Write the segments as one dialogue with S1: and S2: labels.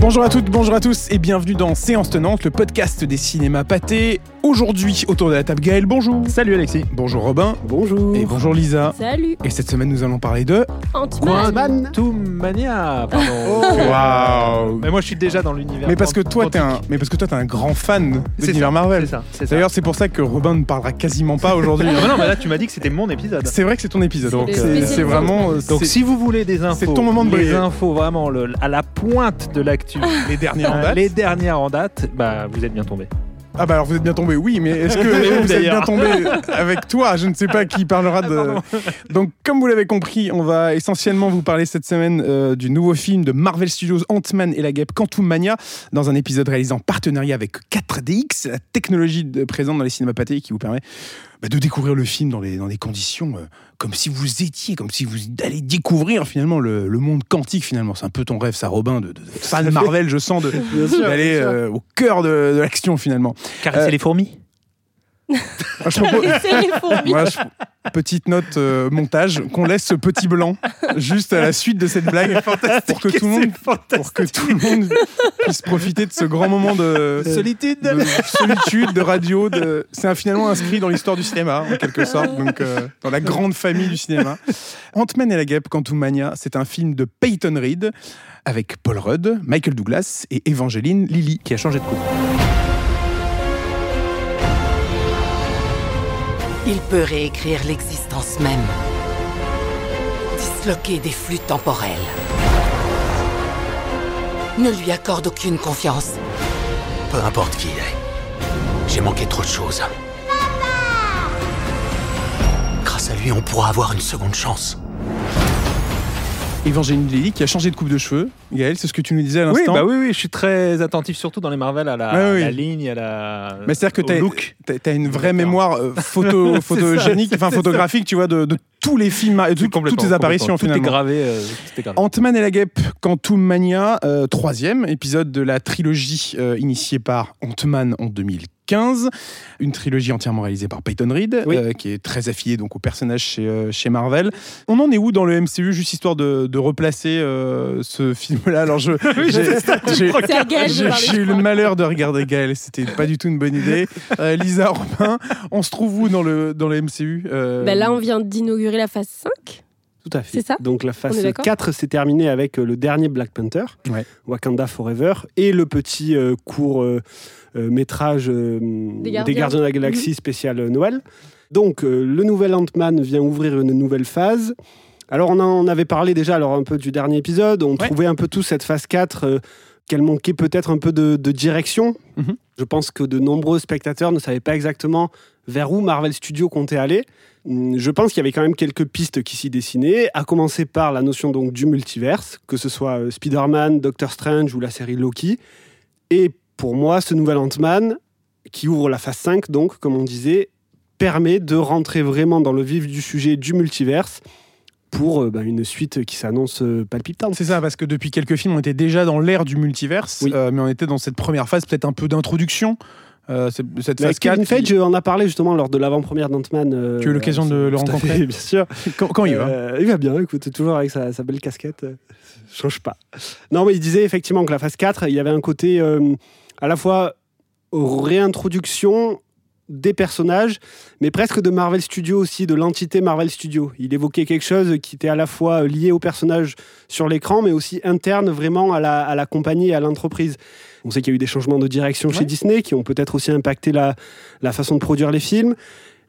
S1: Bonjour à toutes, bonjour à tous et bienvenue dans Séance Tenante, le podcast des cinémas pâtés. Aujourd'hui, autour de la table, Gaël, bonjour.
S2: Salut Alexis.
S1: Bonjour Robin.
S3: Bonjour.
S1: Et bonjour Lisa.
S4: Salut
S1: Et cette semaine, nous allons parler de.
S4: Ant-Man
S2: Quantumania, pardon.
S1: Waouh
S2: Mais moi je suis déjà dans l'univers.
S1: Oh. Mais parce que toi, t'es un,
S2: quantique.
S1: mais parce que toi, t'es un grand fan de
S2: C'est
S1: l'univers
S2: C'est
S1: Marvel.
S2: ça, c'est ça.
S1: D'ailleurs, c'est pour ça que Robin ne parlera quasiment pas aujourd'hui. euh,
S2: Ah bah non, mais là tu m'as dit que c'était mon épisode.
S1: c'est vrai que c'est ton épisode.
S4: Donc,
S1: Donc,
S4: euh,
S1: c'est c'est vraiment. euh,
S2: Donc
S1: c'est
S2: si vous voulez des infos,
S1: c'est ton moment de
S2: les
S1: briller.
S2: infos vraiment le- à la pointe de l'actu,
S1: les derniers en
S2: hein,
S1: date.
S2: les dernières en date, bah vous êtes bien tombés.
S1: Ah bah alors vous êtes bien tombé, oui, mais est-ce que
S2: Oui,
S1: vous êtes bien
S2: d'ailleurs.
S1: tombé avec toi Je ne sais pas qui parlera de...
S3: Ah,
S2: pardon.
S1: Donc comme vous l'avez compris, on va essentiellement vous parler cette semaine euh, du nouveau film de Marvel Studios Ant-Man et la guêpe Quantumania, dans un épisode réalisé en partenariat avec 4DX, la technologie de- présente dans les cinémas pâtés qui vous permet bah, de découvrir le film dans, les, dans des conditions euh, comme si vous étiez, comme si vous allez découvrir finalement le, le monde quantique finalement. C'est un peu ton rêve ça Robin, de, de, de fan Marvel, je sens, de-
S3: Bien sûr,
S1: d'aller
S3: bien sûr.
S1: euh, au cœur de- de l'action finalement.
S2: Caresser
S1: Euh,
S2: les fourmis.
S1: Ah, je propose-
S4: C'est les fourmis
S1: Moi, je- Petite note euh, montage qu'on laisse ce petit blanc juste à la suite de cette blague pour que tout le monde pour que tout le monde puisse profiter de ce grand moment de,
S2: Solitude.
S1: de solitude de radio de c'est un- finalement inscrit dans l'histoire du cinéma en quelque sorte donc euh, dans la grande famille du cinéma Ant-Man et la guêpe Quantumania c'est un film de Peyton Reed avec Paul Rudd Michael Douglas et Evangeline Lilly
S2: Qui a changé de coup.
S5: Il peut réécrire l'existence même. Disloquer des flux temporels. Ne lui accorde aucune confiance.
S6: Peu importe qui il est. J'ai manqué trop de choses. Grâce à lui, on pourra avoir une seconde chance.
S1: Evangeline Lilly qui a changé de coupe de cheveux Gaël c'est ce que tu nous disais à
S2: Oui,
S1: l'instant
S2: bah oui, oui, je suis très attentif surtout dans les Marvel à la,
S1: Ouais, oui.
S2: la ligne, à la.
S1: Mais c'est-à-dire que
S2: au
S1: t'as-
S2: look.
S1: T'as- T'as une vraie
S2: D'accord.
S1: mémoire euh, photo, photogénique, enfin photographique, tu vois, de, de tous les films et de toutes- toutes
S2: Complètement,
S1: tes apparitions
S2: complètement. Tout est
S1: finalement.
S2: gravé. euh, tout est gravé.
S1: Ant-Man et la guêpe, Quantum Mania, troisième épisode de la trilogie euh, initiée par Ant-Man en 2015, une trilogie entièrement réalisée par Peyton Reed,
S2: Oui.
S1: euh, qui est très affiliée donc au personnage chez, euh, chez Marvel. On en est où dans le MCU, juste histoire de, de replacer euh, ce film-là Alors je, j'ai- j'ai-
S4: C'est Euh, à Gaël de
S1: j'ai
S4: parler,
S1: j'ai
S4: je
S1: eu le
S4: crois.
S1: malheur de regarder Gaël, c'était pas du tout une bonne idée. Euh, Lisa, Robin, on se trouve où dans le, dans le MCU euh,
S4: Bah Là, on vient d'inaugurer la phase 5,
S3: Tout à
S4: c'est
S3: fait.
S4: ça
S3: Donc la
S4: On est
S3: phase
S4: d'accord
S3: 4 s'est terminée avec euh, le dernier Black Panther,
S1: Ouais.
S3: Wakanda Forever, et le petit euh, court euh, euh, métrage euh, des,
S4: Gardiens. Mhm.
S3: Gardiens de la Galaxie spécial euh, Noël. Donc euh, le nouvel Ant-Man vient ouvrir une nouvelle phase. Alors on en avait parlé déjà alors un peu du dernier épisode, on trouvait un peu tout cette phase 4 euh, qu'elle manquait peut-être un peu de, de direction.
S1: Mhm.
S3: Je pense que de nombreux spectateurs ne savaient pas exactement vers où Marvel Studios comptait aller. Hum, Je pense qu'il y avait quand même quelques pistes qui s'y dessinaient, à commencer par la notion donc du multiverse, que ce soit euh, Spider-Man, Doctor Strange ou la série Loki. Et pour moi, ce nouvel Ant-Man, qui ouvre la phase 5, donc, comme on disait, permet de rentrer vraiment dans le vif du sujet du multiverse pour euh, bah, une suite qui s'annonce euh, palpitante.
S1: C'est ça, parce que depuis quelques films, on était déjà dans l'ère du multiverse,
S3: Oui.
S1: euh, mais on était dans cette première phase, peut-être un peu d'introduction. euh, c'est- cette
S3: Mais
S1: phase 4.
S3: Kevin Feige
S1: qui-
S3: euh, en a parlé justement lors de l'avant-première d'Ant-Man. euh,
S1: Tu as eu l'occasion de le
S3: tout à
S1: rencontrer
S3: fait, bien sûr.
S1: Quand, quand il va
S3: Euh, il va bien, écoute, toujours avec sa, sa belle casquette. euh, Change pas. Non, mais il disait effectivement que la phase 4, il y avait un côté euh, à la fois réintroduction des personnages, mais presque de Marvel Studios aussi, de l'entité Marvel Studios. Il évoquait quelque chose qui était à la fois lié aux personnages sur l'écran, mais aussi interne vraiment à la, à la compagnie et à l'entreprise. On sait qu'il y a eu des changements de direction
S1: Ouais.
S3: chez Disney qui ont peut-être aussi impacté la, la façon de produire les films.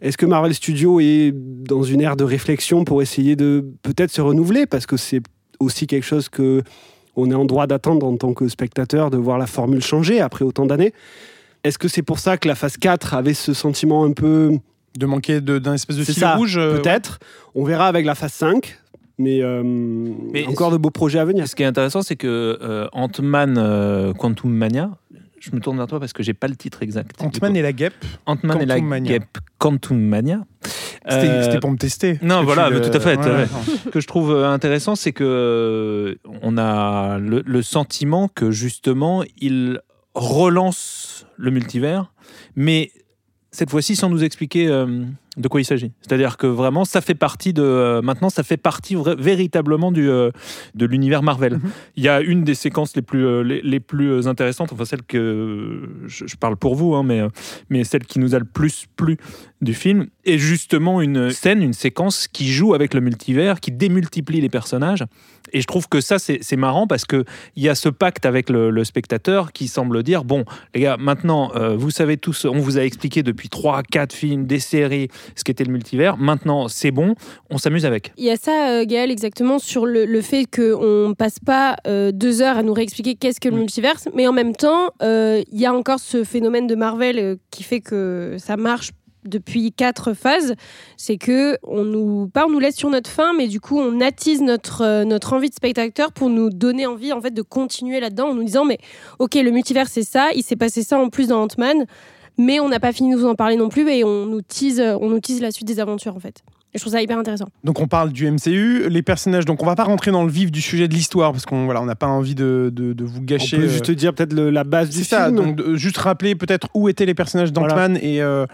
S3: Est-ce que Marvel Studios est dans une ère de réflexion pour essayer de peut-être se renouveler Parce que c'est aussi quelque chose que on est en droit d'attendre en tant que spectateur, de voir la formule changer après autant d'années. Est-ce que c'est pour ça que la phase 4 avait ce sentiment un
S1: Euh,
S3: peu
S1: De manquer de- d'un espèce de
S3: C'est
S1: fil
S3: ça,
S1: rouge euh,
S3: peut-être On verra avec la phase 5, mais, euh,
S2: Mais
S3: encore de beaux projets à venir.
S2: Ce qui est intéressant, c'est que euh, Ant-Man euh, Quantum Mania, je me tourne vers toi parce que j'ai pas le titre exact.
S1: Ant-Man et la guêpe.
S2: Ant-Man et la
S1: Quantumania.
S2: guêpe Quantum Mania.
S1: C'était c'était pour me tester.
S2: Euh, non,
S1: Que
S2: voilà,
S1: tu
S2: mais
S1: le-
S2: tout à fait, tout à
S1: ouais,
S2: fait. que je trouve euh, intéressant, c'est que euh, on a le, le sentiment que justement il relance le multivers, mais cette fois-ci sans nous expliquer euh, de quoi il s'agit. C'est-à-dire que vraiment, ça fait partie de. euh, maintenant, ça fait partie vra- véritablement du, euh, de l'univers Marvel. Il y a une des séquences les plus, euh, les, les plus euh, intéressantes, enfin celle que. euh, Je, je parle pour vous, hein, mais, euh, mais celle qui nous a le plus plu du film, est justement une scène, une séquence qui joue avec le multivers, qui démultiplie les personnages. Et je trouve que ça, c'est c'est marrant parce que il y a ce pacte avec le, le spectateur qui semble dire bon, les gars, maintenant, euh, vous savez tous, on vous a expliqué depuis 3, 4 films, des séries, ce qu'était le multivers. Maintenant, c'est bon, on s'amuse avec.
S4: Il y a ça, euh, Gaël, exactement, sur le, le fait qu'on ne passe pas euh, deux heures à nous réexpliquer qu'est-ce que le
S2: Mm.
S4: multiverse, mais en même temps, euh, il y a encore ce phénomène de Marvel euh, qui fait que ça marche depuis quatre phases, c'est que on nous pas on nous laisse sur notre faim, mais du coup on attise notre euh, notre envie de spectateur pour nous donner envie en fait de continuer là-dedans en nous disant mais ok le multivers c'est ça, il s'est passé ça en plus dans Ant-Man, mais on n'a pas fini de vous en parler non plus et on nous tease on nous tease la suite des aventures en fait. Et je trouve ça hyper intéressant.
S1: Donc on parle du MCU, les personnages. Donc on va pas rentrer dans le vif du sujet de l'histoire parce qu'on voilà, on n'a pas envie de, de- de vous
S3: On
S1: gâcher.
S3: peut
S1: euh,
S3: juste dire peut-être le- la base du
S1: C'est ça,
S3: film.
S1: donc de- juste rappeler peut-être où étaient les personnages d'Ant-Man et euh,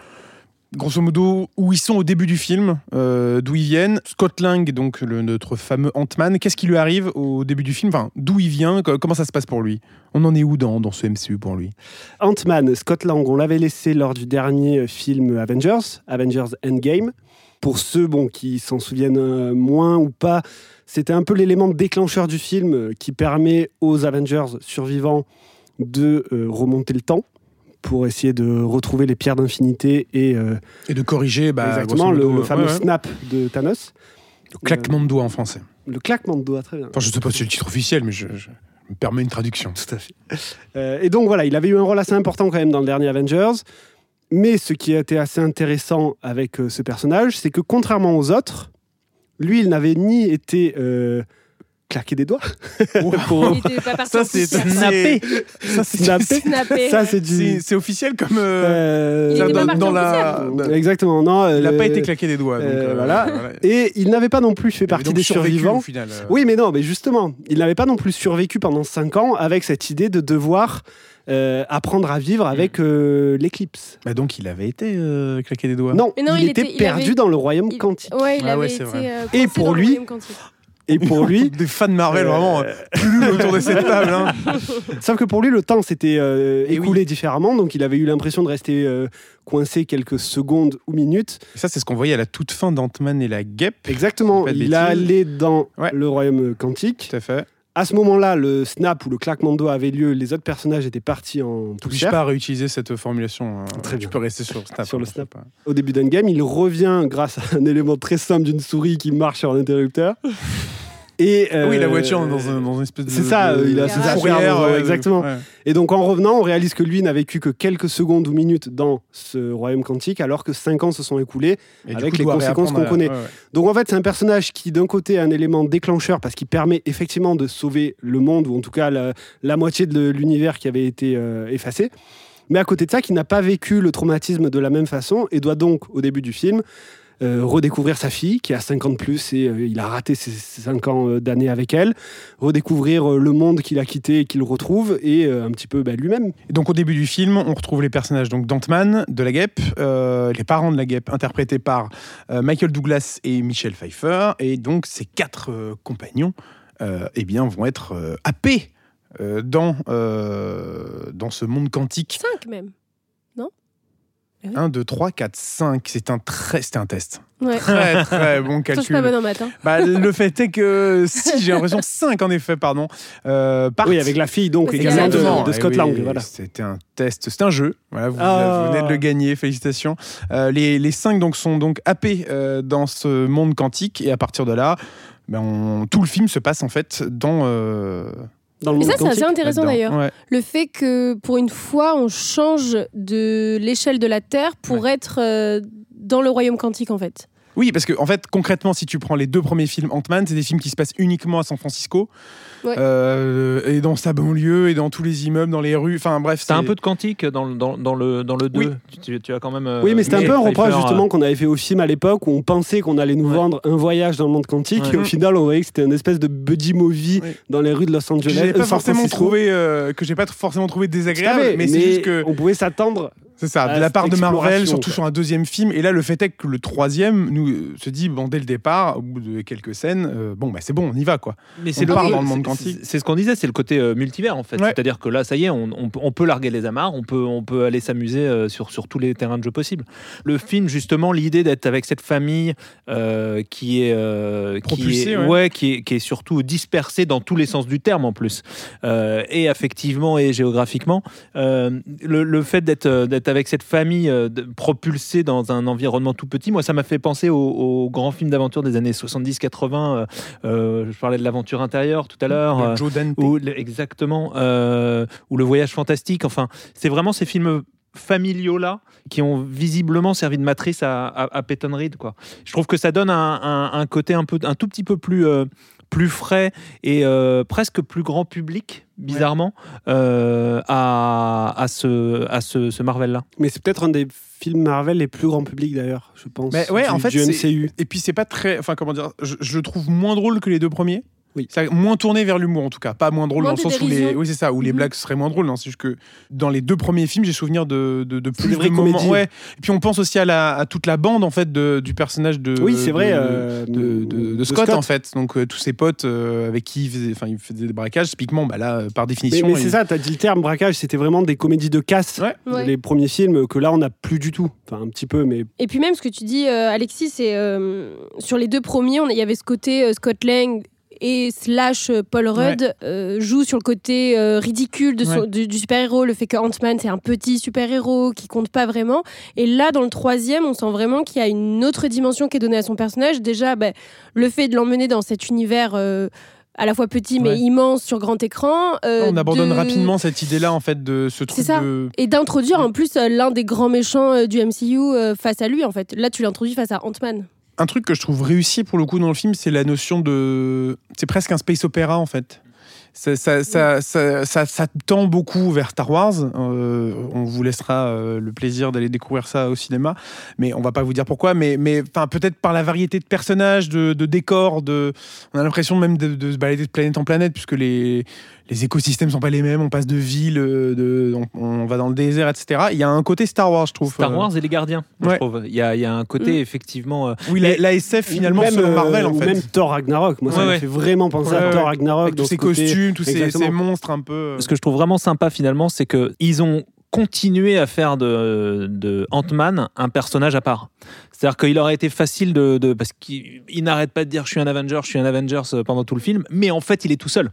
S1: grosso modo où ils sont au début du film, euh, d'où ils viennent. Scott Lang, donc le- notre fameux Ant-Man, qu'est-ce qui lui arrive au début du film Enfin, d'où il vient co- Comment ça se passe pour lui On en est où dans, dans ce MCU pour lui
S3: Ant-Man, Scott Lang, on l'avait laissé lors du dernier film Avengers, Avengers Endgame. Pour ceux bon, qui s'en souviennent euh, moins ou pas, c'était un peu l'élément déclencheur du film euh, qui permet aux Avengers survivants de euh, remonter le temps pour essayer de retrouver les pierres d'infinité et euh,
S1: Et de corriger, bah,
S3: exactement
S1: grosso
S3: le,
S1: modo,
S3: le
S1: euh,
S3: fameux
S1: ouais, ouais.
S3: snap de Thanos. Euh,
S1: claquement de doigts en français.
S3: Le claquement de doigts, très bien.
S1: Enfin, je sais pas si c'est le titre officiel, mais je, je me permets une traduction.
S3: Tout à fait. Euh, et donc voilà, il avait eu un rôle assez important quand même dans le dernier Avengers. Mais ce qui était assez intéressant avec euh, ce personnage, c'est que contrairement aux autres, lui, il n'avait ni été euh, claqué des doigts.
S4: Il
S3: pour-
S4: était pas parti en poussière.
S1: snappé. Ça c'est
S3: Snappé.
S4: Snappé.
S3: ça, c'est
S1: c'est-
S3: du.
S1: c'est officiel comme. euh,
S3: euh,
S4: Il
S1: ça,
S4: était pas
S1: dans,
S4: parti
S1: dans
S4: en
S1: la.
S3: Exactement, non.
S1: Il n'a
S3: euh,
S1: pas été claqué des doigts. donc,
S3: euh,
S1: euh,
S3: voilà. Et il n'avait pas non plus fait partie
S1: Donc,
S3: des
S1: survécu,
S3: survivants.
S1: au final, euh.
S3: Oui, mais non, mais justement, il n'avait pas non plus survécu pendant 5 ans avec cette idée de devoir euh, apprendre à vivre
S1: Mm.
S3: avec euh, l'éclipse.
S1: Bah donc il avait été euh, claqué des doigts.
S3: Non,
S4: Mais non,
S3: il,
S4: il
S3: était,
S4: était- il
S3: perdu
S4: avait-
S3: dans le royaume
S4: il-
S3: quantique.
S4: Ouais, il
S1: Ah
S4: avait
S1: ouais, c'est
S4: été.
S1: vrai.
S4: euh,
S3: Et
S4: coincé
S3: pour
S4: dans le
S3: lui-
S4: royaume quantique.
S3: Et pour lui,
S1: Des fans de Marvel
S3: euh,
S1: vraiment plus autour de cette table. hein.
S3: sauf que pour lui, le temps s'était euh,
S1: Eh oui.
S3: écoulé différemment, donc il avait eu l'impression de rester euh, coincé quelques secondes ou minutes.
S1: Ça c'est ce qu'on voyait à la toute fin d'Ant-Man et la guêpe.
S3: Exactement,
S1: Pas de
S3: il
S1: bêtises.
S3: allait dans
S1: Ouais.
S3: le royaume quantique.
S1: Tout à fait.
S3: À ce moment-là, le snap ou le claquement de doigts avait lieu, les autres personnages étaient partis en
S1: T'obliges
S3: poussière.
S1: pas à réutiliser cette formulation. hein.
S3: Très bien.
S1: Tu peux rester sur, Snap,
S3: Sur le
S1: hein, je sais
S3: Snap.
S1: pas.
S3: Au début d'un game, il revient grâce à un élément très simple d'une souris qui marche sur un interrupteur. Et
S1: Ah Oui, la
S3: euh,
S1: voiture dans, un- dans une espèce de.
S3: c'est ça,
S1: de-
S3: euh, il a
S1: de
S4: ses affaires
S1: fourrière,
S3: dans-
S1: ouais, de-
S3: exactement.
S1: ouais.
S3: Et donc en revenant, on réalise que lui n'a vécu que quelques secondes ou minutes dans ce royaume quantique, alors que cinq ans se sont écoulés.
S1: Et du
S3: Avec
S1: coup,
S3: les
S1: doit
S3: conséquences
S1: réapprendre
S3: qu'on
S1: à la-
S3: connaît.
S1: ouais, ouais.
S3: Donc en fait, c'est un personnage qui d'un côté est un élément déclencheur parce qu'il permet effectivement de sauver le monde, ou en tout cas la, la moitié de l'univers qui avait été euh, effacé. Mais à côté de ça, qui n'a pas vécu le traumatisme de la même façon et doit donc, au début du film, euh, redécouvrir sa fille qui a 50 plus et euh, il a raté ses 5 ans euh, d'années avec elle, redécouvrir euh, le monde qu'il a quitté et qu'il retrouve et euh, un petit peu bah, lui-même.
S1: Et Donc au début du film, on retrouve les personnages donc d'Ant-Man, de la Guêpe, euh, les parents de la Guêpe, interprétés par euh, Michael Douglas et Michel Pfeiffer, et donc ces quatre euh, compagnons, euh, eh bien, vont être euh, happés euh, dans euh, dans ce monde quantique.
S4: Cinq même.
S1: 1, 2, 3, 4, 5. C'est un très, c'était un test.
S4: Ouais.
S1: Très, très bon
S4: Attends, je suis pas
S1: calcul.
S4: bonne en maths. hein.
S1: Bah, le fait est que, si, j'ai l'impression, 5 en effet, pardon. Euh, partent.
S3: Oui, avec la fille donc
S4: Parce
S3: également
S4: qu'il y a
S3: de,
S4: un
S3: de
S1: Eh
S3: Scott
S1: oui,
S3: Lang. Voilà.
S1: C'était un test, c'était un jeu. Voilà, vous,
S3: Ah.
S1: vous venez de le gagner, félicitations. Euh, les, les cinq donc sont donc happés euh, dans ce monde quantique et à partir de là, ben, on- tout le film se passe en fait dans. euh,
S3: Dans le
S4: Mais
S3: monde
S4: ça, c'est assez
S3: quantique.
S4: intéressant
S1: là-dedans.
S4: d'ailleurs.
S1: Ouais.
S4: Le fait que pour une fois, on change de l'échelle de la Terre pour être euh, dans le royaume quantique en fait.
S1: Oui, parce que en fait, concrètement, si tu prends les deux premiers films Ant-Man, c'est des films qui se passent uniquement à San Francisco
S4: Ouais.
S1: Euh, et dans sa banlieue et dans tous les immeubles, dans les rues. Enfin bref,
S2: T'as un peu de quantique dans, le- dans, dans le, dans le 2.
S1: Oui.
S2: Tu- Tu, tu as quand même. euh,
S3: Oui, mais c'était un peu un
S2: Pfeiffer,
S3: reproche
S2: euh,
S3: justement qu'on avait fait au film à l'époque où on pensait qu'on allait nous
S2: Ouais.
S3: vendre un voyage dans le monde quantique
S2: Ouais.
S3: et au final on voyait que c'était une espèce de buddy movie
S1: Ouais.
S3: dans les rues de Los
S1: que
S3: Angeles.
S1: j'ai
S3: euh,
S1: pas
S3: San
S1: forcément
S3: Francisco.
S1: trouvé euh, que j'ai pas forcément trouvé
S3: Tout à fait,
S1: désagréable, mais c'est juste que
S3: on pouvait s'attendre
S1: C'est ça,
S3: Ah,
S1: de la part de Marvel,
S3: exploration,
S1: surtout
S3: quoi.
S1: sur un deuxième film. Et là, le fait est que le troisième nous euh, se dit, bon, dès le départ, au bout de quelques scènes, euh, bon, bah, c'est bon, on y va, quoi.
S2: Mais
S1: c'est le-
S2: part
S1: oui, c'est-
S2: quantique. C'est ce qu'on disait, c'est le côté euh, multivers en fait.
S1: Ouais.
S2: C'est-à-dire que là, ça y est, on, on- on peut larguer les amarres, on peut, on peut aller s'amuser euh, sur, sur tous les terrains de jeu possibles. Le film, justement, l'idée d'être avec cette famille euh, qui est euh, qui
S1: Propulsée,
S2: est,
S1: ouais.
S2: qui est qui est surtout dispersée dans tous les sens du terme en plus, Euh, et affectivement et géographiquement. Euh, le, le fait d'être euh, d'être avec cette famille euh, de- propulsée dans un environnement tout petit, moi, ça m'a fait penser aux au grands films d'aventure des années 70-80. euh, euh, je parlais de l'aventure intérieure tout à l'heure. euh,
S1: Le Joe Dante.
S3: Oh.
S2: ou le- exactement, euh, ou le voyage fantastique. Enfin, c'est vraiment ces films familiaux là qui ont visiblement servi de matrice à, à, à Peyton Reed. Quoi. Je trouve que ça donne un, un- un côté un peu, un tout petit peu plus. euh, plus frais et euh, presque plus grand public, bizarrement, euh, à, à ce, à ce, ce Marvel-là.
S3: Mais c'est peut-être un des films Marvel les plus grand public d'ailleurs, je pense.
S1: Mais ouais,
S3: du-
S1: en fait,
S3: du
S1: c'est-
S3: MCU.
S1: Et puis, c'est pas très. Enfin, comment dire je, je le trouve moins drôle que les deux premiers.
S3: Oui.
S1: Ça, moins tourné vers l'humour, en tout cas. Pas moins drôle
S4: Moins
S1: dans le
S4: de
S1: sens où les.
S4: dérision.
S1: Oui, c'est ça, où les
S4: Mhm.
S1: blagues seraient moins drôles. hein. C'est juste que dans les deux premiers films, j'ai souvenir de, de, de plus
S3: des vraies
S1: de moments.
S3: comédies.
S1: Ouais. Et puis, on pense aussi à, la, à toute la bande, en fait, de- du personnage de.
S3: Oui, c'est vrai.
S1: de-
S3: euh,
S1: de, de- de Scott, en fait. Donc euh, tous ses potes euh, avec qui il faisait, enfin, il faisait des braquages, typiquement, bah, là, euh, par
S3: Mais,
S1: définition.
S3: mais
S1: il-
S3: c'est ça, t'as dit le terme braquage, c'était vraiment des comédies de casse.
S1: Ouais.
S4: Ouais.
S3: Les premiers films que là on n'a plus du tout. Enfin un petit peu, mais
S4: Et puis même ce que tu dis, euh, Alexis, c'est euh, sur les deux premiers, on- il y avait ce côté euh, Scott Lang et slash euh, Paul Rudd euh, joue sur le côté euh, ridicule de son-
S1: Ouais.
S4: du, du super-héros, le fait que Ant-Man c'est un petit super-héros qui compte pas vraiment. Et là, dans le troisième, on sent vraiment qu'il y a une autre dimension qui est donnée à son personnage. Déjà, ben, le fait de l'emmener dans cet univers euh, à la fois petit mais
S1: Ouais. Ah,
S4: immense sur grand écran. euh,
S1: on abandonne
S4: de-
S1: rapidement cette idée-là, en fait, de ce truc
S4: C'est ça.
S1: de.
S4: et d'introduire en plus euh, l'un des grands méchants euh, du MCU euh, face à lui, en fait. Là, tu l'introduis face à Ant-Man.
S1: Un truc que je trouve réussi pour le coup dans le film, c'est la notion de. C'est presque un space opéra, en fait. Ça, ça, ça, ça, ça- ça tend beaucoup vers Star Wars. Euh, on vous laissera euh, le plaisir d'aller découvrir ça au cinéma, mais on va pas vous dire pourquoi. Mais, mais enfin, peut-être par la variété de personnages, de, de décors, de, on a l'impression même de, de se balader de planète en planète, puisque les, les écosystèmes sont pas les mêmes. On passe de ville, euh, de, on, on va dans le désert, etc. Il y a un côté Star Wars, je trouve.
S2: Star
S1: Euh,
S2: Wars et les Gardiens, moi,
S1: ouais.
S2: je trouve. Il y a, il y a un côté,
S4: Mm.
S2: effectivement, euh,
S1: Oui, la, la SF finalement
S3: Ou même,
S1: selon
S3: euh,
S1: Marvel en
S3: ou
S1: fait.
S3: même Thor Ragnarok. Moi ça
S2: Ouais,
S3: me
S2: ouais.
S3: fait vraiment penser
S1: Ouais,
S3: à
S1: ouais.
S3: Thor Ragnarok.
S1: Avec
S3: dans
S1: tous
S3: ce
S1: ces
S3: côté-
S1: costumes, tous ces,
S3: Exactement.
S1: ces monstres un peu. euh.
S2: Ce que je trouve vraiment sympa finalement, c'est que ils ont continué à faire de, de Ant-Man un personnage à part. C'est-à-dire qu'il aurait été facile de... de- parce qu'il il n'arrête pas de dire je suis un Avenger, je suis un Avengers euh, pendant tout le film, mais en fait il est tout seul.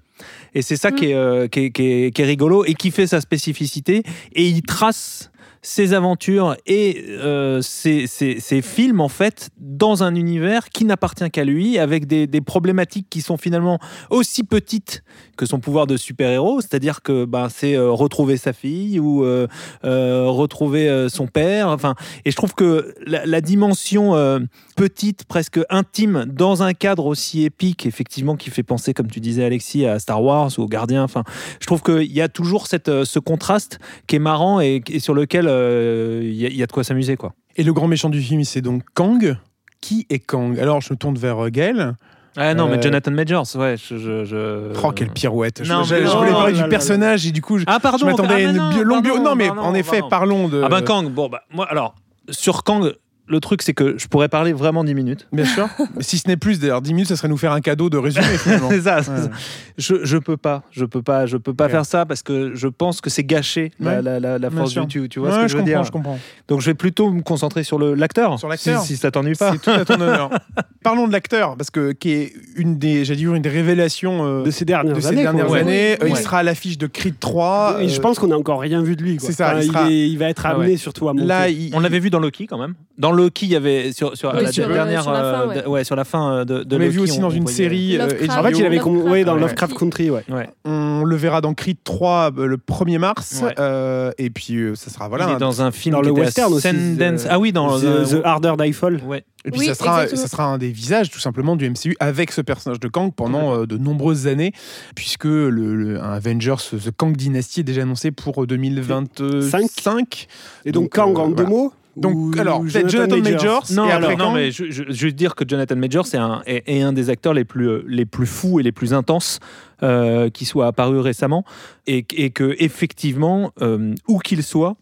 S2: Et c'est ça
S4: Mm.
S2: qui, est, euh, qui, est, qui est- qui est rigolo et qui fait sa spécificité. Et il trace ses aventures et euh, ses, ses- ses films en fait dans un univers qui n'appartient qu'à lui, avec des- des problématiques qui sont finalement aussi petites que son pouvoir de super-héros, c'est-à-dire que ben, c'est euh, retrouver sa fille ou euh, euh, retrouver euh, son père. Enfin, et je trouve que la, la dimension euh, petite, presque intime, dans un cadre aussi épique, effectivement, qui fait penser, comme tu disais Alexis, à Star Wars ou aux Gardiens. Enfin, je trouve qu'il y a toujours cette, euh, ce contraste qui est marrant et, et sur lequel euh, il y, a- il y a de quoi s'amuser, quoi.
S1: Et le grand méchant du film, c'est donc Kang. Qui est Kang Alors je me tourne vers euh, Gaël.
S2: Ah non,
S1: Euh,
S2: mais Jonathan Majors, ouais, je, je- je-
S1: Oh, quelle pirouette Je-
S2: Euh, Non,
S1: Je,
S2: mais
S1: je
S2: non,
S1: voulais parler
S2: là,
S1: du
S3: là,
S1: personnage et du coup, je,
S2: Ah pardon,
S1: je m'attendais
S2: ah,
S1: à une
S2: mais non,
S1: bio- longue bio.
S2: pardon,
S1: Non, mais
S2: pardon,
S1: en effet,
S2: pardon.
S1: parlons de.
S2: Ah ben Kang, bon bah moi alors sur Kang, le truc c'est que je pourrais parler vraiment 10 minutes.
S1: Bien sûr. si ce n'est plus, d'ailleurs, 10 minutes, ça serait nous faire un cadeau de résumé finalement.
S2: C'est ça, c'est
S1: Ouais.
S2: ça. Je, je peux pas, je peux pas, je peux pas
S1: Ouais.
S2: faire ça parce que je pense que c'est gâché la,
S1: Ouais.
S2: la, la, la
S1: Bien
S2: force
S1: sûr.
S2: du tu, tu vois ce
S1: Ouais,
S2: que je,
S1: je
S2: veux
S1: comprends,
S2: dire.
S1: je comprends.
S2: Donc je vais plutôt me concentrer sur le l'acteur.
S1: Sur l'acteur.
S2: Si, si ça t'ennuie pas.
S1: C'est tout à ton honneur. Parlons de l'acteur, parce que qui est une des, j'allais dire, une des révélations euh,
S3: de ces dernières
S1: de ces
S3: années.
S1: dernières
S3: quoi.
S2: ouais.
S1: années. Euh, Il
S2: Ouais.
S1: sera à l'affiche de Creed 3.
S3: Et je
S1: euh,
S3: pense qu'on n'a encore rien vu de lui. quoi.
S1: C'est ça,
S3: Enfin,
S1: il
S3: il,
S1: sera-
S3: est- il va être
S2: Ah
S3: amené
S2: ouais.
S3: surtout à monter.
S1: là, il-
S2: On l'avait vu dans Loki quand même. Dans Loki, il y avait sur, sur
S4: Oui,
S2: la
S4: sur, euh,
S2: dernière,
S4: sur la fin,
S2: euh,
S4: ouais.
S2: de- sur la fin euh, de, de
S1: on l'a
S2: Loki.
S1: vu aussi
S2: on-
S1: dans
S2: on
S1: une
S2: voyait-
S1: série. euh,
S4: Lovecraft.
S1: HBO.
S3: en fait, il avait com-
S4: Lovecraft
S3: ouais, dans
S1: Country.
S3: Lovecraft Country, ouais.
S2: Ouais.
S1: On le verra dans Creed 3 euh, le 1er mars.
S2: Ouais.
S1: euh, et puis, euh, ça sera. Voilà.
S2: il est dans un film
S3: Dans
S2: qui
S3: le
S2: était à
S3: western aussi,
S2: Sundance.
S3: euh,
S2: Ah oui, dans
S3: The,
S2: euh,
S3: The Harder Die Fall.
S2: ouais.
S1: Et puis,
S4: Oui,
S1: ça, sera,
S4: exactement.
S1: ça sera un des visages, tout simplement, du MCU avec ce personnage de Kang pendant euh, de nombreuses années, puisque le, le- un Avengers, The Kang Dynasty, est déjà annoncé pour euh, 2025.
S3: Et donc,
S1: Donc,
S3: Kang
S1: euh,
S3: en deux
S1: voilà.
S3: mots
S1: Donc,
S3: ou
S1: alors, peut-être Jonathan Majors,
S2: Non,
S1: et après
S2: alors, non,
S1: Kang.
S2: mais je, je, je veux dire que Jonathan Majors est un, est, est un des acteurs les plus, euh, les plus fous et les plus intenses euh, qui soit apparu récemment. Et, et que, effectivement, euh, où qu'il soit,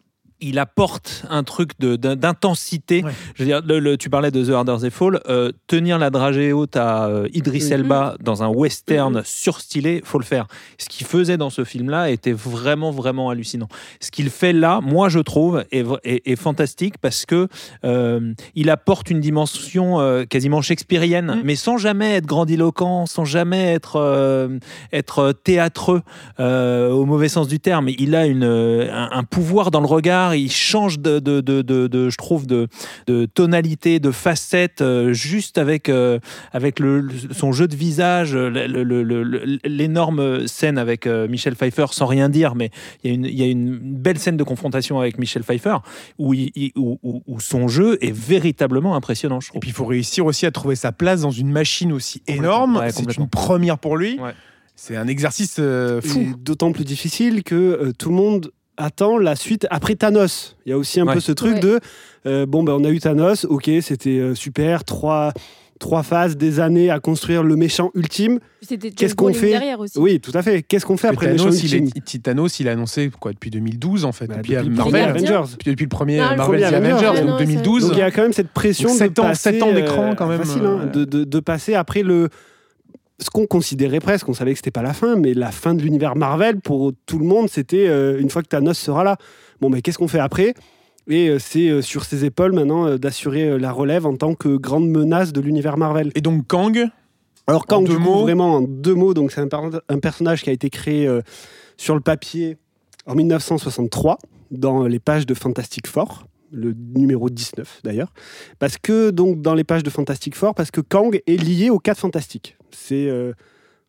S2: il apporte un truc de- d'in- d'intensité.
S7: Ouais.
S2: Je veux dire, le- le- tu parlais de The Harder They Fall. euh, tenir la dragée haute à euh, Idris
S3: Mhm.
S2: Elba dans un western surstylé, faut le faire. Ce qu'il faisait dans ce film-là était vraiment, vraiment hallucinant. Ce qu'il fait là, moi, je trouve, est, vra- est- est fantastique parce que euh, il apporte une dimension euh, quasiment shakespearienne, mais sans jamais être grandiloquent, sans jamais être, euh, être théâtreux euh, au mauvais sens du terme. Il a une, euh, un, un pouvoir dans le regard, il change de, de, de, de- de- je trouve, de, de tonalité, de facette, euh, juste avec, euh, avec le, le- son jeu de visage, euh, le- le- le- le- l'énorme scène avec euh, Michel Pfeiffer, sans rien dire, mais il y, a une- il y a une belle scène de confrontation avec Michel Pfeiffer où, il- il- où- où- où son jeu est véritablement impressionnant,
S1: Et
S2: je trouve.
S1: puis il faut réussir aussi à trouver sa place dans une machine aussi énorme.
S2: Ouais,
S1: c'est
S2: complètement.
S1: une première pour lui.
S2: Ouais.
S1: C'est un exercice euh,
S3: Et
S1: fou.
S3: D'autant plus difficile que euh, tout le monde attend la suite après Thanos. Il y a aussi un
S2: Ouais.
S3: peu ce truc
S4: Ouais.
S3: de euh, bon ben on a eu Thanos, ok c'était euh, super, trois trois phases, des années à construire le méchant ultime.
S4: C'était Josh
S3: Qu'est-ce qu'on
S4: Brolin
S3: fait
S4: derrière aussi.
S3: Oui, tout à fait. Qu'est-ce qu'on fait après le méchant
S1: Thanos, il
S3: ultime
S1: est- Titanos, il a annoncé quoi depuis 2012 en fait.
S3: Bah,
S1: depuis,
S3: depuis le
S1: Marvel,
S4: premier
S3: Avengers.
S1: Depuis, depuis le premier
S4: Ah, le
S1: Marvel
S3: premier
S1: The
S3: Avengers,
S1: Avengers,
S3: ouais,
S1: donc
S4: non,
S1: 2012.
S3: Donc il y a quand même cette pression
S1: Donc, sept
S3: de
S1: ans-
S3: passer,
S1: sept ans d'écran, quand même,
S3: facile, hein,
S1: euh,
S3: de, de- de passer après le ce qu'on considérait presque, on savait que c'était pas la fin, mais la fin de l'univers Marvel pour tout le monde, c'était euh, une fois que Thanos sera là. Bon, mais qu'est-ce qu'on fait après Et euh, c'est euh, sur ses épaules maintenant euh, d'assurer euh, la relève en tant que grande menace de l'univers Marvel.
S1: Et donc Kang,
S3: Alors
S1: En
S3: quand
S1: deux
S3: du coup,
S1: mots.
S3: vraiment en deux mots, donc c'est un, par- un personnage qui a été créé euh, sur le papier en 1963 dans les pages de Fantastic Four, le numéro 19 d'ailleurs, parce que donc dans les pages de Fantastic Four, parce que Kang est lié aux quatre Fantastiques. C'est euh,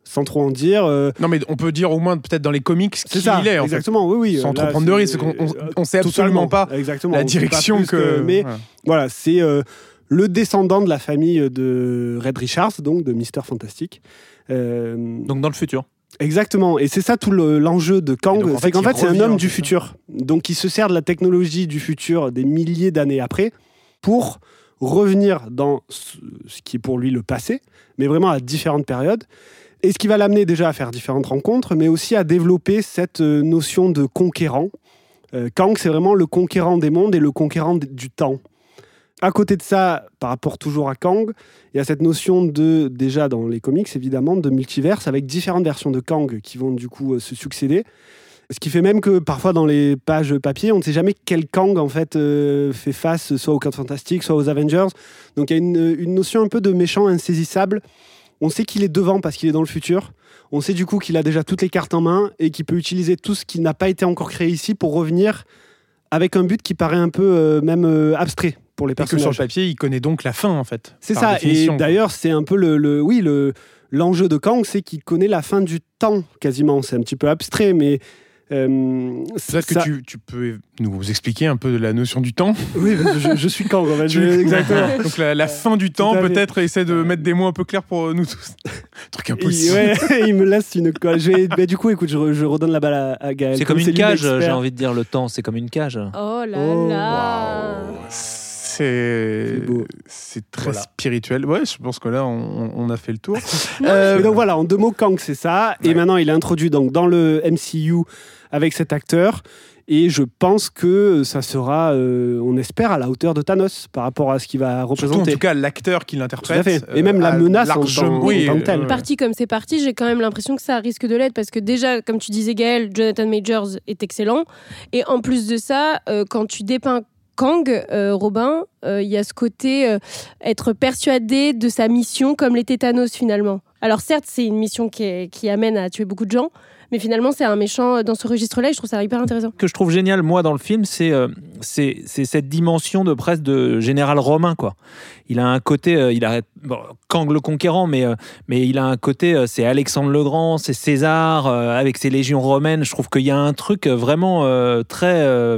S3: sans trop en dire. euh,
S1: non mais on peut dire au moins peut-être dans les comics
S3: c'est
S1: qui
S3: ça,
S1: il est en fait.
S3: exactement. Oui, oui.
S1: sans
S3: euh,
S1: trop
S3: là,
S1: prendre de
S3: c'est-
S1: risques. On, on,
S3: euh,
S1: on sait absolument pas
S3: exactement,
S1: la
S3: on sait pas
S1: direction
S3: plus
S1: que.
S3: mais
S1: Voilà.
S3: voilà, c'est euh, le descendant de la famille de Red Richards, donc de Mister Fantastique. Euh,
S2: Donc dans le futur.
S3: Exactement, et c'est ça tout le- l'enjeu de
S1: Et
S3: Kang,
S1: donc, en fait,
S3: c'est qu'en
S1: il
S3: fait c'est un
S1: revient,
S3: homme
S1: en
S3: du
S1: fait. hein.
S3: futur, donc il se sert de la technologie du futur des milliers d'années après pour revenir dans ce ce qui est pour lui le passé, mais vraiment à différentes périodes, et ce qui va l'amener déjà à faire différentes rencontres, mais aussi à développer cette euh, notion de conquérant. Euh, Kang c'est vraiment le conquérant des mondes et le conquérant d- du temps. À côté de ça, par rapport toujours à Kang, il y a cette notion de, déjà dans les comics évidemment, de multiverse avec différentes versions de Kang qui vont du coup euh, se succéder. Ce qui fait même que parfois dans les pages papier, on ne sait jamais quel Kang en fait euh, fait face soit aux Quatre Fantastiques, soit aux Avengers. Donc il y a une, une notion un peu de méchant insaisissable. On sait qu'il est devant parce qu'il est dans le futur. On sait du coup qu'il a déjà toutes les cartes en main et qu'il peut utiliser tout ce qui n'a pas été encore créé ici pour revenir avec un but qui paraît un peu euh, même euh, abstrait pour les
S1: Et que
S3: personnages.
S1: sur le papier, il connaît donc la fin en fait.
S3: C'est
S1: par
S3: ça. Et
S1: définition.
S3: d'ailleurs, c'est un peu le, le- oui, le l'enjeu de Kang, c'est qu'il connaît la fin du temps quasiment. C'est un petit peu abstrait, mais euh,
S1: Peut-être que
S3: ça-
S1: tu, tu peux nous expliquer un peu la notion du temps.
S3: Oui, je, je suis Kang. En fait,
S1: Tu-
S3: je- exactement.
S1: Donc la, la fin du temps,
S3: à fait.
S1: peut-être, essaie de mettre des mots un peu clairs pour nous tous. Truc
S3: Il,
S1: impossible.
S3: ouais, il me laisse une colle. Je vais- bah, du coup, écoute, je, re- je redonne la balle à, à Gaël.
S2: C'est comme une
S3: lui
S2: cage,
S3: l'expert.
S2: j'ai envie de dire, le temps, c'est comme une cage.
S4: Oh là
S3: Oh,
S4: là
S1: C'est
S3: C'est beau.
S1: c'est très
S3: Voilà.
S1: spirituel. Ouais, je pense que là, on, on a fait le tour.
S3: Euh, donc voilà, en deux mots, Kang, c'est ça. Et maintenant, il est introduit donc, dans le MCU avec cet acteur. Et je pense que ça sera, euh, on espère, à la hauteur de Thanos par rapport à ce qu'il va
S1: Surtout, en
S3: représenter.
S1: tout cas, l'acteur qui l'interprète.
S3: Tout à fait. Et
S1: euh,
S3: même la
S1: a
S3: menace en
S1: largement-
S3: tant- en tant que telle.
S1: euh,
S4: Parti comme c'est parti, j'ai quand même l'impression que ça risque de l'être parce que déjà, comme tu disais Gaël, Jonathan Majors est excellent. Et en plus de ça, euh, quand tu dépeins Kang, euh, Robin, euh, il y a ce côté euh, être persuadé de sa mission comme l'était Thanos finalement. Alors certes, c'est une mission qui, est- qui amène à tuer beaucoup de gens, mais finalement c'est un méchant dans ce registre-là et je trouve ça hyper intéressant.
S2: que je trouve génial moi dans le film c'est euh, c'est c'est cette dimension de presse de général romain quoi il a un côté euh, il a bon, Kang le conquérant mais euh, mais il a un côté euh, c'est Alexandre le Grand c'est César euh, avec ses légions romaines je trouve qu'il y a un truc euh, vraiment euh, très euh,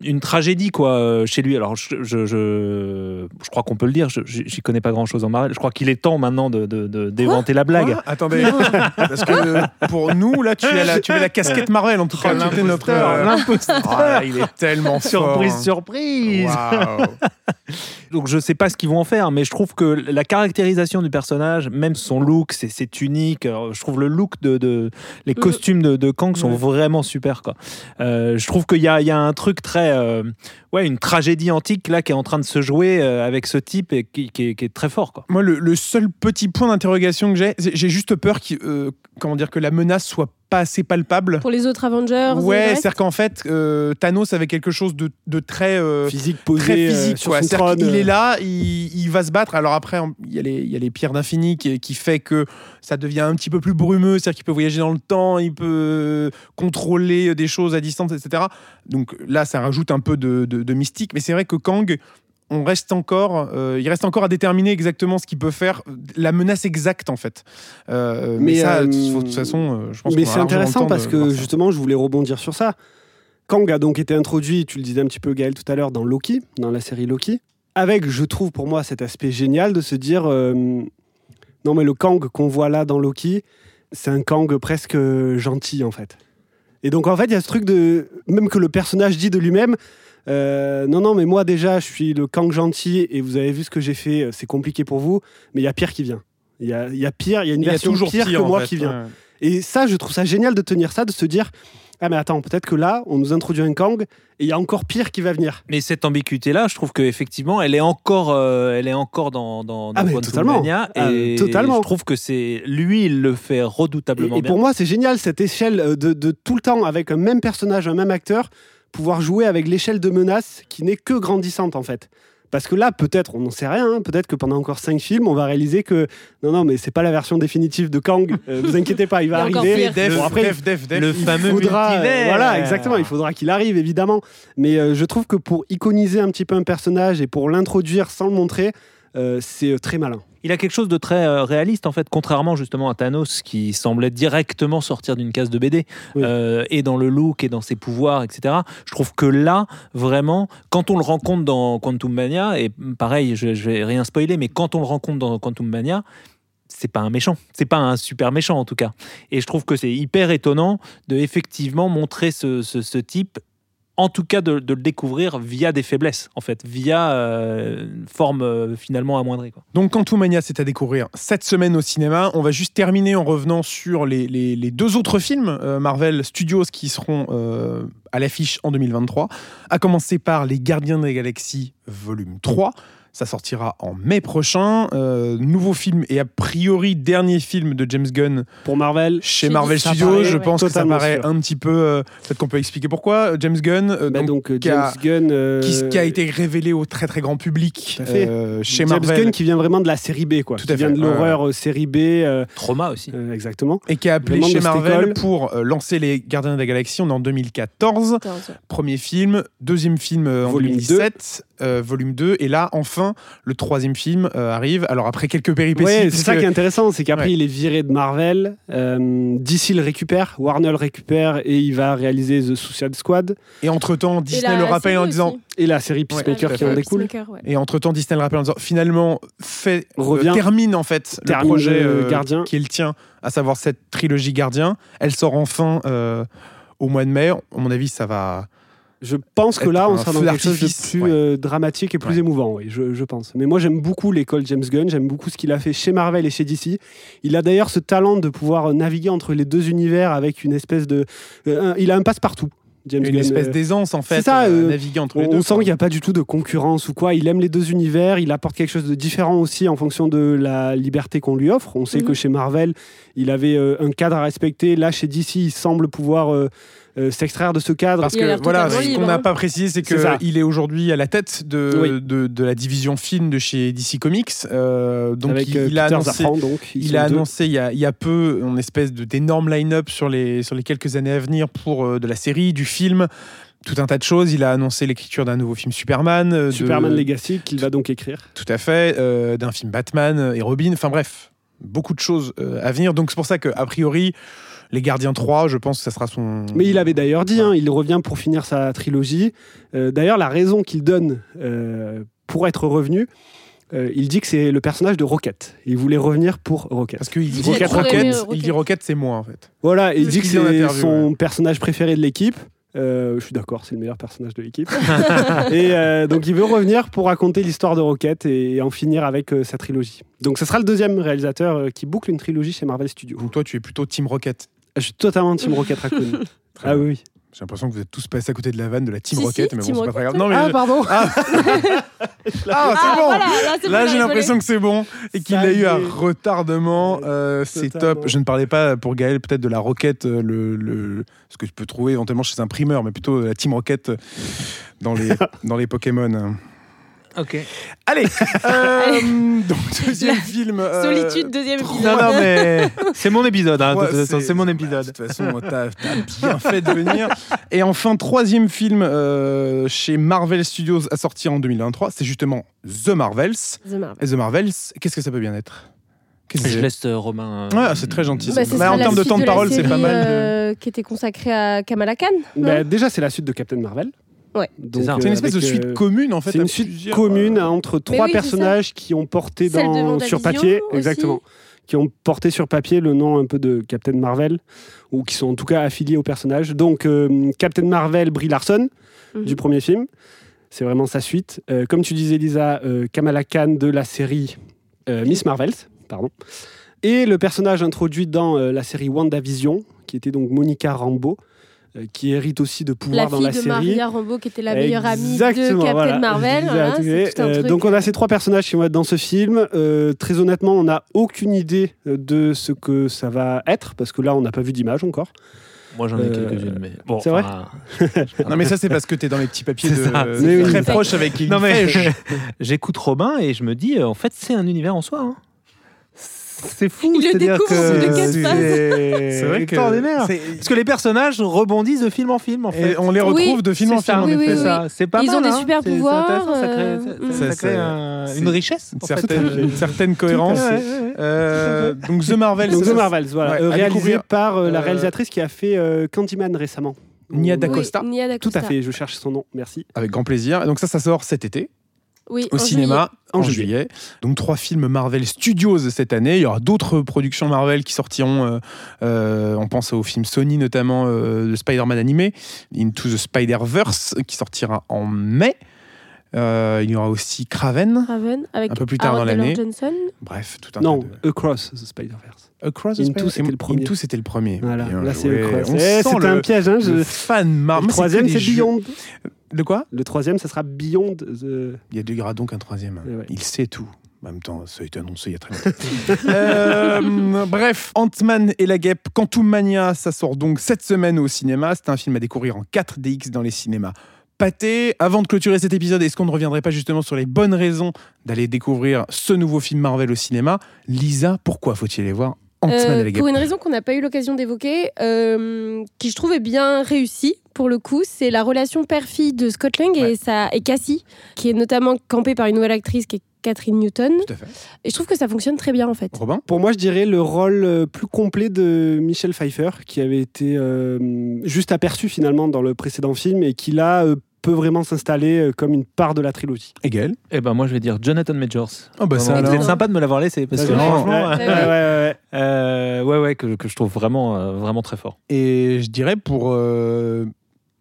S2: une tragédie quoi euh, chez lui alors je je, je, je crois qu'on peut le dire je- je- j'y connais pas grand chose en Marvel je crois qu'il est temps maintenant de de- de- d'éventer la blague
S1: Quoi Attendez, parce que euh, pour nous, là, tu as la, tu as la casquette Marvel, en tout cas. tu étais notre. euh, oh là là, il est Ah, tellement fort,
S7: Surprise,
S1: hein.
S7: surprise
S1: Waouh.
S2: Donc je sais pas ce qu'ils vont en faire, mais je trouve que la caractérisation du personnage, même son look, c'est- c'est unique. Alors, je trouve le look de, de- les
S4: Mm.
S2: costumes de, de Kang sont
S3: Ouais.
S2: vraiment super. Quoi. Euh, je trouve qu'il y a, il y a un truc très, euh, ouais, une tragédie antique là qui est en train de se jouer euh, avec ce type et qui, qui est, qui est très fort. Quoi.
S1: Moi, le, le seul petit point d'interrogation que j'ai, c'est- j'ai juste peur qu'il- euh, comment dire, que la menace soit pas assez palpable.
S4: Pour les autres Avengers. et le
S1: Ouais,
S4: reste
S1: c'est-à-dire qu'en fait, euh, Thanos avait quelque chose de, de très, euh,
S3: physique posé
S1: très
S3: euh,
S1: physique.
S3: sur
S1: quoi.
S3: son
S1: C'est-à-dire
S3: trône.
S1: qu'il
S3: euh,
S1: est là, il, il va se battre. Alors après, en- il y a les, il y a les pierres d'infini qui, qui fait que ça devient un petit peu plus brumeux. C'est-à-dire qu'il peut voyager dans le temps, il peut contrôler euh, des choses à distance, etc. Donc là, ça rajoute un peu de, de- de mystique. Mais c'est vrai que Kang, on reste encore, euh, il reste encore à déterminer exactement ce qu'il peut faire, la menace exacte en fait. Euh, mais,
S3: Mais,
S1: ça,
S3: euh,
S1: de toute façon, euh, je pense
S3: Mais
S1: qu'on aura largement
S3: c'est
S1: le
S3: intéressant
S1: temps
S3: parce
S1: de
S3: que
S1: voir ça.
S3: justement, je voulais rebondir sur ça. Kang a donc été introduit, tu le disais un petit peu Gaël tout à l'heure, dans Loki, dans la série Loki, avec, je trouve pour moi, cet aspect génial de se dire, euh, non mais le Kang qu'on voit là dans Loki, c'est un Kang presque euh, gentil en fait. Et donc en fait, il y a ce truc de, même que le personnage dit de lui-même, euh, non non mais moi déjà, je suis le Kang gentil et vous avez vu ce que j'ai fait, euh, c'est compliqué pour vous, mais il y a pire qui vient. Il y a, il y a pire, il y a une
S1: Il y a
S3: version
S1: toujours
S3: pire,
S1: pire
S3: que
S1: en
S3: moi
S1: fait,
S3: qui vient.
S1: ouais.
S3: Et ça, je trouve ça génial de tenir ça, de se dire Ah, mais attends, peut-être que là, on nous introduit un Kang et il y a encore pire qui va venir.
S2: Mais cette ambiguïté là, je trouve qu'effectivement, elle est encore, euh, elle est encore dans, dans, dans
S3: Ah, mais
S2: Quantum
S3: totalement.
S2: Mania,
S3: Ah,
S2: et
S3: totalement.
S2: Je trouve que c'est lui, il le fait
S3: Et,
S2: redoutablement
S3: et
S2: bien.
S3: pour moi, c'est génial cette échelle euh, de, de tout le temps avec un même personnage, un même acteur, pouvoir jouer avec l'échelle de menace qui n'est que grandissante en fait. Parce que là, peut-être, on n'en sait rien, hein, peut-être que pendant encore cinq films, on va réaliser que non, non, mais c'est pas la version définitive de Kang, euh, vous inquiétez pas, il va
S4: Il y a encore
S3: arriver.
S4: pire.
S1: Def,
S3: Bon, après,
S1: def, def, def,
S2: le
S1: il
S2: fameux
S3: faudra,
S2: multivers.
S3: euh, voilà, exactement. Il faudra qu'il arrive, évidemment. Mais euh, je trouve que pour iconiser un petit peu un personnage et pour l'introduire sans le montrer, euh, c'est euh, très malin.
S2: Il a quelque chose de très euh, réaliste en fait, contrairement justement à Thanos qui semblait directement sortir d'une case de BD
S3: Oui.
S2: Euh, et dans le look et dans ses pouvoirs, etc. Je trouve que là, vraiment, quand on le rencontre dans Quantum Mania, et pareil, je, je vais rien spoiler, mais quand on le rencontre dans Quantum Mania, c'est pas un méchant, c'est pas un super méchant en tout cas. Et je trouve que c'est hyper étonnant de effectivement montrer ce, ce- ce type. En tout cas, de, de le découvrir via des faiblesses, en fait, via euh, une forme euh, finalement amoindrie. quoi.
S1: Donc Quantumania, c'est à découvrir cette semaine au cinéma. On va juste terminer en revenant sur les, les- les deux autres films euh, Marvel Studios qui seront euh, à l'affiche en 2023, à commencer par Les Gardiens de la Galaxie volume 3. Ça sortira en mai prochain. Euh, nouveau film et a priori dernier film de James Gunn
S3: Pour Marvel,
S1: chez
S4: Chez
S1: Marvel
S4: Disney,
S1: Studios.
S4: ouais,
S1: Je
S4: ouais.
S1: pense que ça
S3: Totalement
S1: paraît
S3: sûr.
S1: un petit peu. euh, Peut-être qu'on peut expliquer pourquoi. Euh, James Gunn, euh,
S3: bah
S1: donc,
S3: donc, euh,
S1: qui
S3: James
S1: a-
S3: Gunn. euh,
S1: qui, qui a été révélé au très très grand public
S3: Tout à fait.
S1: euh, chez
S3: James
S1: Marvel.
S3: Gunn qui vient vraiment de la série B, quoi.
S1: Tout
S3: qui
S1: à
S3: vient
S1: fait,
S3: de
S1: ouais,
S3: l'horreur euh, série B, euh,
S2: Trauma aussi.
S3: euh, exactement.
S1: et qui a appelé
S3: Le membre
S1: chez
S3: de cette
S1: Marvel
S3: école.
S1: pour euh, lancer les Gardiens de la Galaxie. On est en 2014,
S4: Attends,
S1: premier film, deuxième film euh, en
S3: Volume
S1: 2017, euh, volume 2, et là enfin le troisième film euh, arrive. Alors après quelques péripéties,
S3: Ouais, c'est
S1: puisque-
S3: ça qui est intéressant, c'est qu'après
S1: Ouais.
S3: il est viré de Marvel, euh, DC le récupère, Warner le récupère et il va réaliser The Suicide Squad
S1: et entre temps Disney
S4: la
S1: le rappelle
S4: série
S1: en disant,
S4: aussi.
S3: et la série
S1: Ouais,
S3: Peacemaker
S1: tout à
S3: qui en
S1: fait.
S3: découle.
S4: Peacemaker, ouais.
S1: et entre temps Disney le rappelle en disant finalement fait euh,
S3: Revient.
S1: termine en fait le
S3: Termine
S1: projet euh,
S3: le Gardien.
S1: qui est le tien, à savoir cette trilogie Gardien. Elle sort enfin euh, au mois de mai. À mon avis, ça va.
S3: Je pense que
S1: Être
S3: là,
S1: un
S3: on sera dans
S1: feu
S3: quelque chose de
S1: d'artifice,
S3: plus
S1: ouais.
S3: euh, dramatique et plus
S1: Ouais.
S3: émouvant, oui, je, je pense. Mais moi, j'aime beaucoup l'école James Gunn, j'aime beaucoup ce qu'il a fait chez Marvel et chez DC. Il a d'ailleurs ce talent de pouvoir euh, naviguer entre les deux univers avec une espèce de. euh, un- il a un passe-partout, James
S1: Une
S3: Gunn.
S1: espèce
S3: Euh,
S1: d'aisance en fait,
S3: c'est ça, euh,
S1: naviguer entre
S3: on,
S1: les
S3: on
S1: deux.
S3: sent qu'il n'y a pas du tout de concurrence ou quoi. Il aime les deux univers, il apporte quelque chose de différent aussi en fonction de la liberté qu'on lui offre. On sait
S4: Mhm.
S3: que chez Marvel, il avait euh, un cadre à respecter. Là, chez DC, il semble pouvoir euh, euh, s'extraire de ce cadre.
S1: Parce
S4: Il a
S1: que
S4: l'air
S1: voilà,
S4: totalement
S1: ce qu'on
S4: libre,
S1: n'a
S4: hein.
S1: pas précisé, c'est
S3: C'est ça.
S1: qu'il est aujourd'hui à la tête de,
S3: Oui.
S1: de, de la division film de chez DC Comics. Euh, donc
S3: avec
S1: il,
S3: euh,
S1: il a
S3: Peter
S1: annoncé,
S3: Safran, donc. Ils
S1: il
S3: sont
S1: a
S3: deux.
S1: annoncé il, y a, il y a peu une espèce de- d'énorme line-up sur les, sur les quelques années à venir pour euh, de la série, du film, tout un tas de choses. Il a annoncé l'écriture d'un nouveau film Superman, euh, de-
S3: Superman Legacy qu'il va donc écrire.
S1: tout à fait, euh, d'un film Batman et Robin. Enfin bref, beaucoup de choses euh, à venir. Donc c'est pour ça que a priori, les Gardiens 3, je pense que ça sera son.
S3: Mais il avait d'ailleurs dit, hein, il revient pour finir sa trilogie. Euh, d'ailleurs, la raison qu'il donne euh, pour être revenu, euh, il dit que c'est le personnage de Rocket. Il voulait revenir pour Rocket.
S1: Parce qu'il dit
S4: Il a
S1: Rocket,
S4: trop aimé,
S1: il
S4: euh, Rocket.
S1: dit Rocket, c'est moi en fait.
S3: Voilà, et il
S1: C'est
S3: dit
S1: ce
S3: que
S1: qu'il dit en
S3: c'est
S1: interview,
S3: son personnage préféré de l'équipe. Euh, je suis d'accord, c'est le meilleur personnage de l'équipe. et euh, donc il veut revenir pour raconter l'histoire de Rocket et, en finir avec euh, sa trilogie. Donc ce sera le deuxième réalisateur euh, qui boucle une trilogie chez Marvel Studios.
S1: Donc toi, tu es plutôt Team Rocket.
S3: Je suis totalement Team Rocket Raccoon.
S1: Très
S3: ah
S1: bien.
S3: oui. oui.
S1: J'ai l'impression que vous êtes tous passés à côté de la vanne de la Team
S4: Si, si,
S1: Rocket, mais
S4: Team
S1: bon, c'est pas
S4: Rocket.
S1: très grave. Non, mais
S3: Ah
S1: je-
S3: pardon.
S1: Ah, c'est
S4: Ah,
S1: bon
S4: voilà, là, c'est bon,
S1: Là, j'ai
S4: il a rigolé.
S1: l'impression que c'est bon et qu'il
S3: Ça
S1: a
S3: y
S1: eu un
S3: est.
S1: retardement.
S3: Ouais,
S1: euh, c'est
S3: totalement.
S1: top. Je ne parlais pas pour Gaël peut-être de la roquette, euh, le, le- ce que je peux trouver éventuellement chez un primeur, mais plutôt la Team Rocket euh, dans les, dans les Pokémon. hein.
S2: Ok.
S1: Allez, euh, donc deuxième
S4: La-
S1: film. euh,
S4: Solitude, deuxième
S1: trois-
S4: épisode.
S2: Non, non, mais c'est mon épisode. hein, de
S1: Ouais,
S2: toute façon, c'est mon
S1: bah,
S2: épisode.
S1: De toute façon, t'as t'as bien fait de venir. Et enfin, troisième film euh, chez Marvel Studios à sortir en 2023, c'est justement The Marvels.
S4: The Marvel.
S1: Et The Marvels, qu'est-ce que ça peut bien être Qu'est-ce que
S2: Je
S1: c'est
S2: laisse euh, Romain. euh,
S1: Ouais, c'est très gentil.
S2: Bah,
S1: ça.
S2: ce
S1: Mais
S2: sera
S1: en
S2: la
S1: termes de
S2: suite
S1: temps de
S2: de la
S1: parole, c'est pas
S2: série,
S1: mal. euh, de-
S4: euh, qui était consacrée à Kamala Khan. hein.
S3: Bah, déjà, c'est la suite de Captain Marvel.
S4: Ouais.
S3: Donc,
S2: C'est ça.
S1: C'est une espèce de
S3: avec,
S1: suite
S3: euh,
S1: commune en fait.
S3: c'est une
S1: à
S3: suite
S1: plusieurs,
S3: commune
S1: euh,
S3: hein, entre
S4: Mais
S3: trois
S4: oui, c'est ça.
S3: personnages qui ont porté
S4: Celle de
S3: dans,
S4: WandaVision
S3: sur papier,
S4: aussi.
S3: exactement, qui ont porté sur papier le nom un peu de Captain Marvel, ou qui sont en tout cas affiliés au personnage. Donc euh, Captain Marvel, Brie Larson,
S4: Mhm.
S3: du premier film, c'est vraiment sa suite. Euh, comme tu disais Lisa, euh, Kamala Khan de la série euh, Miss Marvel, pardon. Et le personnage introduit dans euh, la série WandaVision, qui était donc Monica Rambeau, euh, qui hérite aussi de pouvoir
S4: La
S3: dans
S4: fille
S3: la
S4: de
S3: série.
S4: Maria Rambo, qui était la meilleure amie de Captain
S3: Exactement, voilà.
S4: Marvel.
S3: Je disais à
S4: voilà,
S3: tous
S4: c'est
S3: les-
S4: tout un
S3: euh,
S4: truc.
S3: donc on a ces trois personnages qui vont être dans ce film. Euh, très honnêtement, on n'a aucune idée euh, de ce que ça va être parce que là, on n'a pas vu d'image encore.
S2: Moi, j'en ai
S3: Euh,
S2: quelques-unes, mais bon.
S3: c'est vrai
S2: enfin,
S1: euh, Non, mais ça, c'est parce que t'es dans les petits papiers
S2: C'est
S1: de...
S2: ça,
S1: euh,
S3: c'est
S1: de
S3: ça.
S1: très
S4: Exact.
S1: proche avec Lily
S2: Non mais
S1: Fesch.
S2: j'écoute Robin et je me dis euh, en fait c'est un univers en soi. hein. C'est fou,
S4: Il le
S2: c'est-à-dire
S4: découvre
S2: que
S4: de quatre
S2: c'est-
S4: phases.
S1: C'est vrai que.
S2: extraordinaire. Parce que les personnages rebondissent de film en film en fait.
S1: Et on les retrouve
S4: Oui,
S1: de film en
S2: C'est ça,
S1: film.
S4: Oui,
S2: en
S1: en
S4: oui,
S2: effet,
S1: effet.
S4: oui.
S2: ça. C'est pas
S4: Ils
S2: mal,
S4: ont des
S2: hein.
S4: super
S2: C'est- c'est
S4: pouvoirs,
S2: intéressant, ça crée,
S4: euh,
S2: ça-
S1: Ça,
S2: ça crée
S1: c'est-
S2: un-
S1: c'est-
S2: une richesse.
S1: Une
S2: en fait.
S1: certaine,
S2: Euh,
S1: une certaine cohérence.
S2: ouais, ouais, ouais.
S1: Euh, donc The Marvel,
S3: Donc
S1: c'est
S3: The
S1: ça,
S3: Marvels, voilà,
S1: Ouais,
S3: Euh,
S1: à
S3: réalisé
S1: découvrir.
S3: par euh, la
S1: Euh,
S3: réalisatrice qui a fait euh, Candyman récemment.
S1: Nia Da
S4: Oui,
S1: Costa.
S4: Nia Da
S3: Tout à
S4: Costa.
S3: fait, je cherche son nom, merci.
S1: Avec grand plaisir. Et donc ça, ça sort cet été.
S4: Oui,
S1: au
S4: en
S1: cinéma
S3: juillet.
S1: en
S3: En
S1: juillet. Donc trois films Marvel Studios cette année. Il y aura d'autres productions Marvel qui sortiront. euh, euh, on pense aux films Sony notamment euh, le Spider-Man animé, Into the Spider-Verse qui sortira en mai. Euh, il y aura aussi Craven.
S4: juillet. Raven avec
S1: Un peu plus tard
S4: Aaron
S1: dans l'année.
S4: Taylor Johnson.
S1: Bref, tout un
S3: Non,
S1: tas de-
S3: Across the Spider-Verse.
S1: Across the
S3: Into,
S1: Spider-
S3: c'était le premier.
S1: Into, c'était le premier.
S3: Voilà,
S1: Bien
S3: là c'est
S1: joué.
S3: Across.
S1: On
S3: Eh,
S1: sent
S3: C'était
S1: le,
S3: un piège. hein, je-
S1: le fan Marvel.
S3: Le troisième, c'est
S1: Billon.
S3: Beyond.
S1: De quoi
S3: Le troisième, ça sera Beyond. the-
S1: Il y a deux donc un troisième.
S3: Eh ouais.
S1: Il sait tout. En même temps, ça a été annoncé il y a très longtemps. Euh, bref, Ant-Man et la guêpe, Quantumania, ça sort donc cette semaine au cinéma. C'est un film à découvrir en 4DX dans les cinémas. Pâté, avant de clôturer cet épisode, est-ce qu'on ne reviendrait pas justement sur les bonnes raisons d'aller découvrir ce nouveau film Marvel au cinéma Lisa, pourquoi faut-il aller voir Ant-Man
S4: Euh,
S1: et la guêpe
S4: pour une raison qu'on n'a pas eu l'occasion d'évoquer, euh, qui je trouve est bien réussie pour le coup, c'est la relation père-fille de Scott Lang et,
S1: Ouais.
S4: sa, et Cassie, qui est notamment campée par une nouvelle actrice qui est Catherine Newton.
S1: Tout à fait.
S4: Et je trouve que ça fonctionne très bien en fait.
S1: Robin
S3: Pour moi, je dirais le rôle euh, plus complet de Michel Pfeiffer, qui avait été euh, juste aperçu finalement dans le précédent film et qui là euh, peut vraiment s'installer euh, comme une part de la trilogie.
S1: Et Gaël
S2: Eh ben moi je vais dire Jonathan Majors.
S1: Oh bah ça
S2: Vraiment, vous
S1: alors.
S2: êtes sympa de me l'avoir laissé parce
S3: Ça,
S2: que
S3: c'est vrai.
S2: franchement,
S3: Ouais,
S4: Ouais,
S3: ouais, ouais,
S2: euh, ouais ouais que, que je trouve vraiment euh, vraiment très fort.
S1: Et je dirais pour euh,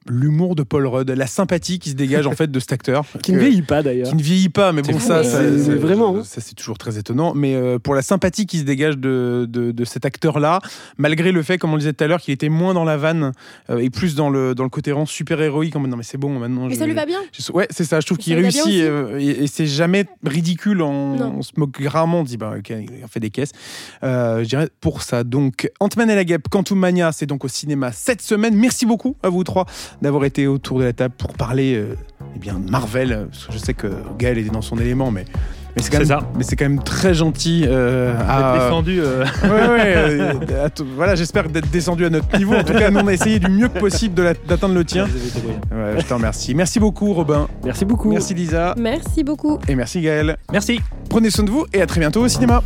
S1: l'humour de Paul Rudd, la sympathie qui se dégage en fait de cet acteur.
S3: ouais. Qui ne
S1: Que-
S3: vieillit pas d'ailleurs.
S1: qui ne vieillit pas, mais
S2: C'est
S1: bon,
S2: fou,
S1: ça,
S4: hein.
S1: ça,
S4: C'est-
S1: ça-
S3: c'est vraiment,
S1: je-
S3: hein.
S1: ça, c'est toujours très étonnant. Mais euh, pour la sympathie qui se dégage de, de, de cet acteur-là, malgré le fait, comme on le disait tout à l'heure, qu'il était moins dans la vanne euh, et plus dans le, dans le côté rang super héroïque. En mode non, mais c'est bon, maintenant.
S4: Mais
S1: je-
S4: ça lui va bien.
S1: je- Ouais, c'est ça. Je trouve
S4: Ça
S1: qu'il
S4: lui va bien
S1: réussit
S4: aussi.
S1: euh, et, et c'est jamais ridicule. On,
S4: Non.
S1: on se moque rarement. On dit, bah, ok, il fait des caisses. Euh, je dirais pour ça. Donc, Ant-Man et la guêpe, Quantumania, c'est donc au cinéma cette semaine. Merci beaucoup à vous trois d'avoir été autour de la table pour parler euh, eh bien, de Marvel. Parce que je sais que Gaël était dans son élément, mais. Mais c'est, quand
S2: C'est
S1: même,
S2: ça.
S1: mais c'est quand même très gentil euh,
S2: Vous êtes
S1: à,
S2: Défendu. euh,
S1: Ouais, ouais, euh, à tout- voilà, j'espère d'être descendu à notre niveau. En tout cas, nous on a essayé du mieux que possible de la- d'atteindre le tien. Ouais, je t'en remercie. Merci beaucoup, Robin.
S3: Merci beaucoup.
S1: Merci Lisa
S4: Merci beaucoup.
S1: et merci Gaël.
S2: Merci.
S1: Prenez soin de vous et à très bientôt au cinéma.